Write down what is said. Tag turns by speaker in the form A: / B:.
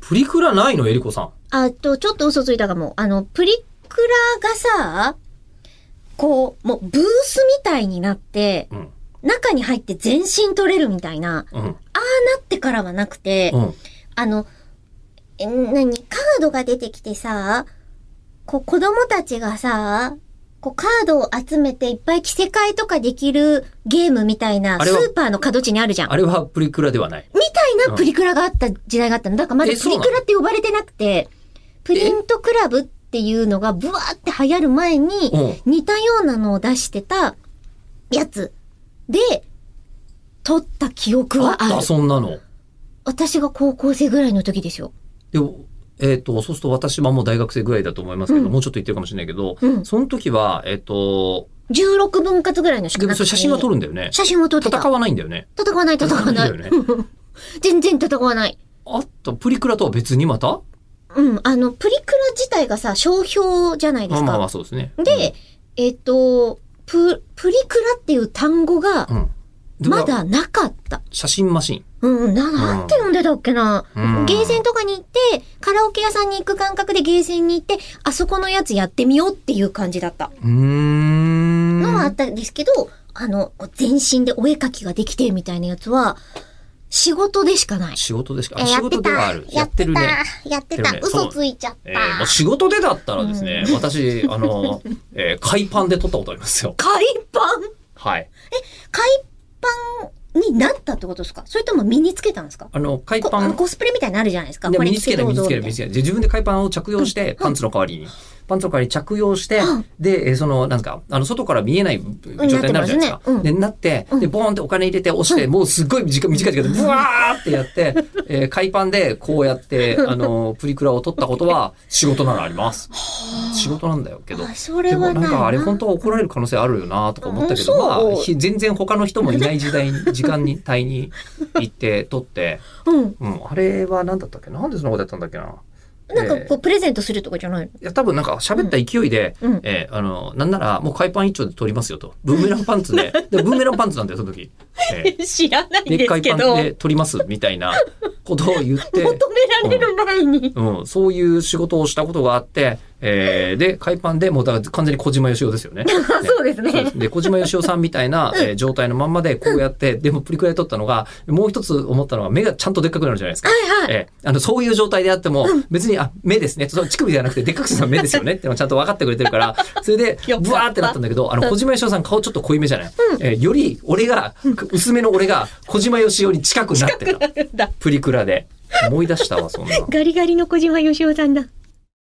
A: プリクラないのエリコさん。
B: あと、ちょっと嘘ついたかも。あの、プリクラがさ、こう、もうブースみたいになって、
A: うん。
B: 中に入って全身撮れるみたいな、
A: うん。
B: ああなってからはなくて、
A: うん。
B: あの、え、なに、カードが出てきてさ、こう、子供たちがさ、こう、カードを集めていっぱい着せ替えとかできるゲームみたいな、
A: あれ
B: ス
A: は
B: ーパーの角地にあるじゃん。
A: あれはプリクラではない。
B: みたいなプリクラがあった時代があったの。だからまだ
A: え
B: プ
A: そう
B: リ
A: なの
B: クラって呼ばれてなくて、プリントクラブっていうのがブワーって流行る前
A: う
B: に
A: ん、
B: 似たようなのを出してたやつで、撮った記憶
A: あ
B: はあ
A: った、
B: る。
A: そんなの。
B: 私が高校生ぐらいの時ですよ。
A: でえっ、と、そうすると私はもう大学生ぐらいだと思いますけど、もうちょっと言ってるかもしれないけど、
B: うん
A: その時は、えっ、と、
B: 16分割ぐらいのしか
A: で
B: な
A: も
B: く
A: それ
B: て
A: 写真は撮るんだよね。
B: 写真は撮ってた。
A: 戦わないんだよね。
B: 戦わない、戦わない。
A: 戦わないん
B: 全然戦わない。
A: あった、プリクラとは別にまた
B: うん、あの、プリクラ自体がさ、商標じゃないで
A: ますあ
B: か。
A: まあまあそうですね。
B: で、えっ、と、プ、プリクラっていう単語が
A: うん、うん。で
B: まだなかった。
A: 写真マシン。
B: うん、な、なんて呼んでたっけな。
A: うん
B: ゲーセンとかに行って、カラオケ屋さんに行く感覚でゲーセンに行って、あそこのやつやってみようっていう感じだった
A: うーん。
B: のはあったんですけど、あの、こう全身でお絵描きができてみたいなやつは、仕事でしかない。
A: 仕事ですか、
B: え
A: あ
B: ー
A: 仕事ではある。やってるね。
B: やって
A: やって
B: た。
A: るね
B: 嘘ついちゃった。
A: えーまあ、仕事でだったらですね、私、あの、 えー、海パンで撮ったことありますよ。
B: 海パン
A: はい。
B: 海パンになったってことですかそれとも身につけたんですか
A: あの、海
B: こ
A: パ
B: あの
A: ン、
B: コスプレみたいになのあるじゃないですか。
A: で
B: これ
A: 身につける、身につける、身に
B: み
A: つ
B: たい
A: ける。で自分で海パンを着用して、パンツの代わりに。パンツの代わりに着用して、で、えーその、なんですか、あの、外から見えない状態になるじゃないですか。
B: うん
A: で、なって、で、ボーンってお金入れて押して、もうすっごい短い、短い時間で、ブワーってやって、えー海パンでこうやって、あの、プリクラを撮ったことは、仕事ならあり ます。仕事なんだよ、けど。
B: あそれはないな
A: でもなんかあれ本当は怒られる可能性あるよなとか思ったけど、
B: うん
A: まあ、
B: そう
A: ひ全然他の人もいない時代に、時間に、帯に行って撮 って、
B: うん。
A: うん、あれは何だったっけなんでそんなことやったんだっけな
B: なんか
A: え
B: こう、プレゼントするとかじゃないの
A: いや、多分なんか喋った勢いで、
B: うんうん
A: えーあの、なんならもう海パン一丁で撮りますよと。ブーメランパン ツで、でブーメランパンツなんだよ、その時。え
B: 知らない
A: ー、で、海パンで撮りますみたいなことを言って、
B: め前に。
A: うん、そういう仕事をしたことがあって、えーで、海パンで、もうだから完全に小島よしおですよね。ね
B: そうです
A: そうで
B: ね。
A: すで小島よしおさんみたいな、えー状態のまんまでこうやって、でもプリクラで撮ったのが、もう一つ思ったのが目がちゃんとでっかくなるじゃないですか。
B: はいはい。
A: えーあの、そういう状態であっても、別に、あ、目ですね。その乳首ではなくて、でっかくするのは目ですよねっていうのをちゃんと分かってくれてるから、それで
B: よかっ、
A: ブ
B: た
A: ワーってなったんだけど、あの、小島よしおさん顔ちょっと濃いめじゃない、えーより、俺が、薄めの俺が、小島よしおに 近くなってた。プリクラで。思い出したわ、そんな。
B: ガリガリの小島よしおさんだ。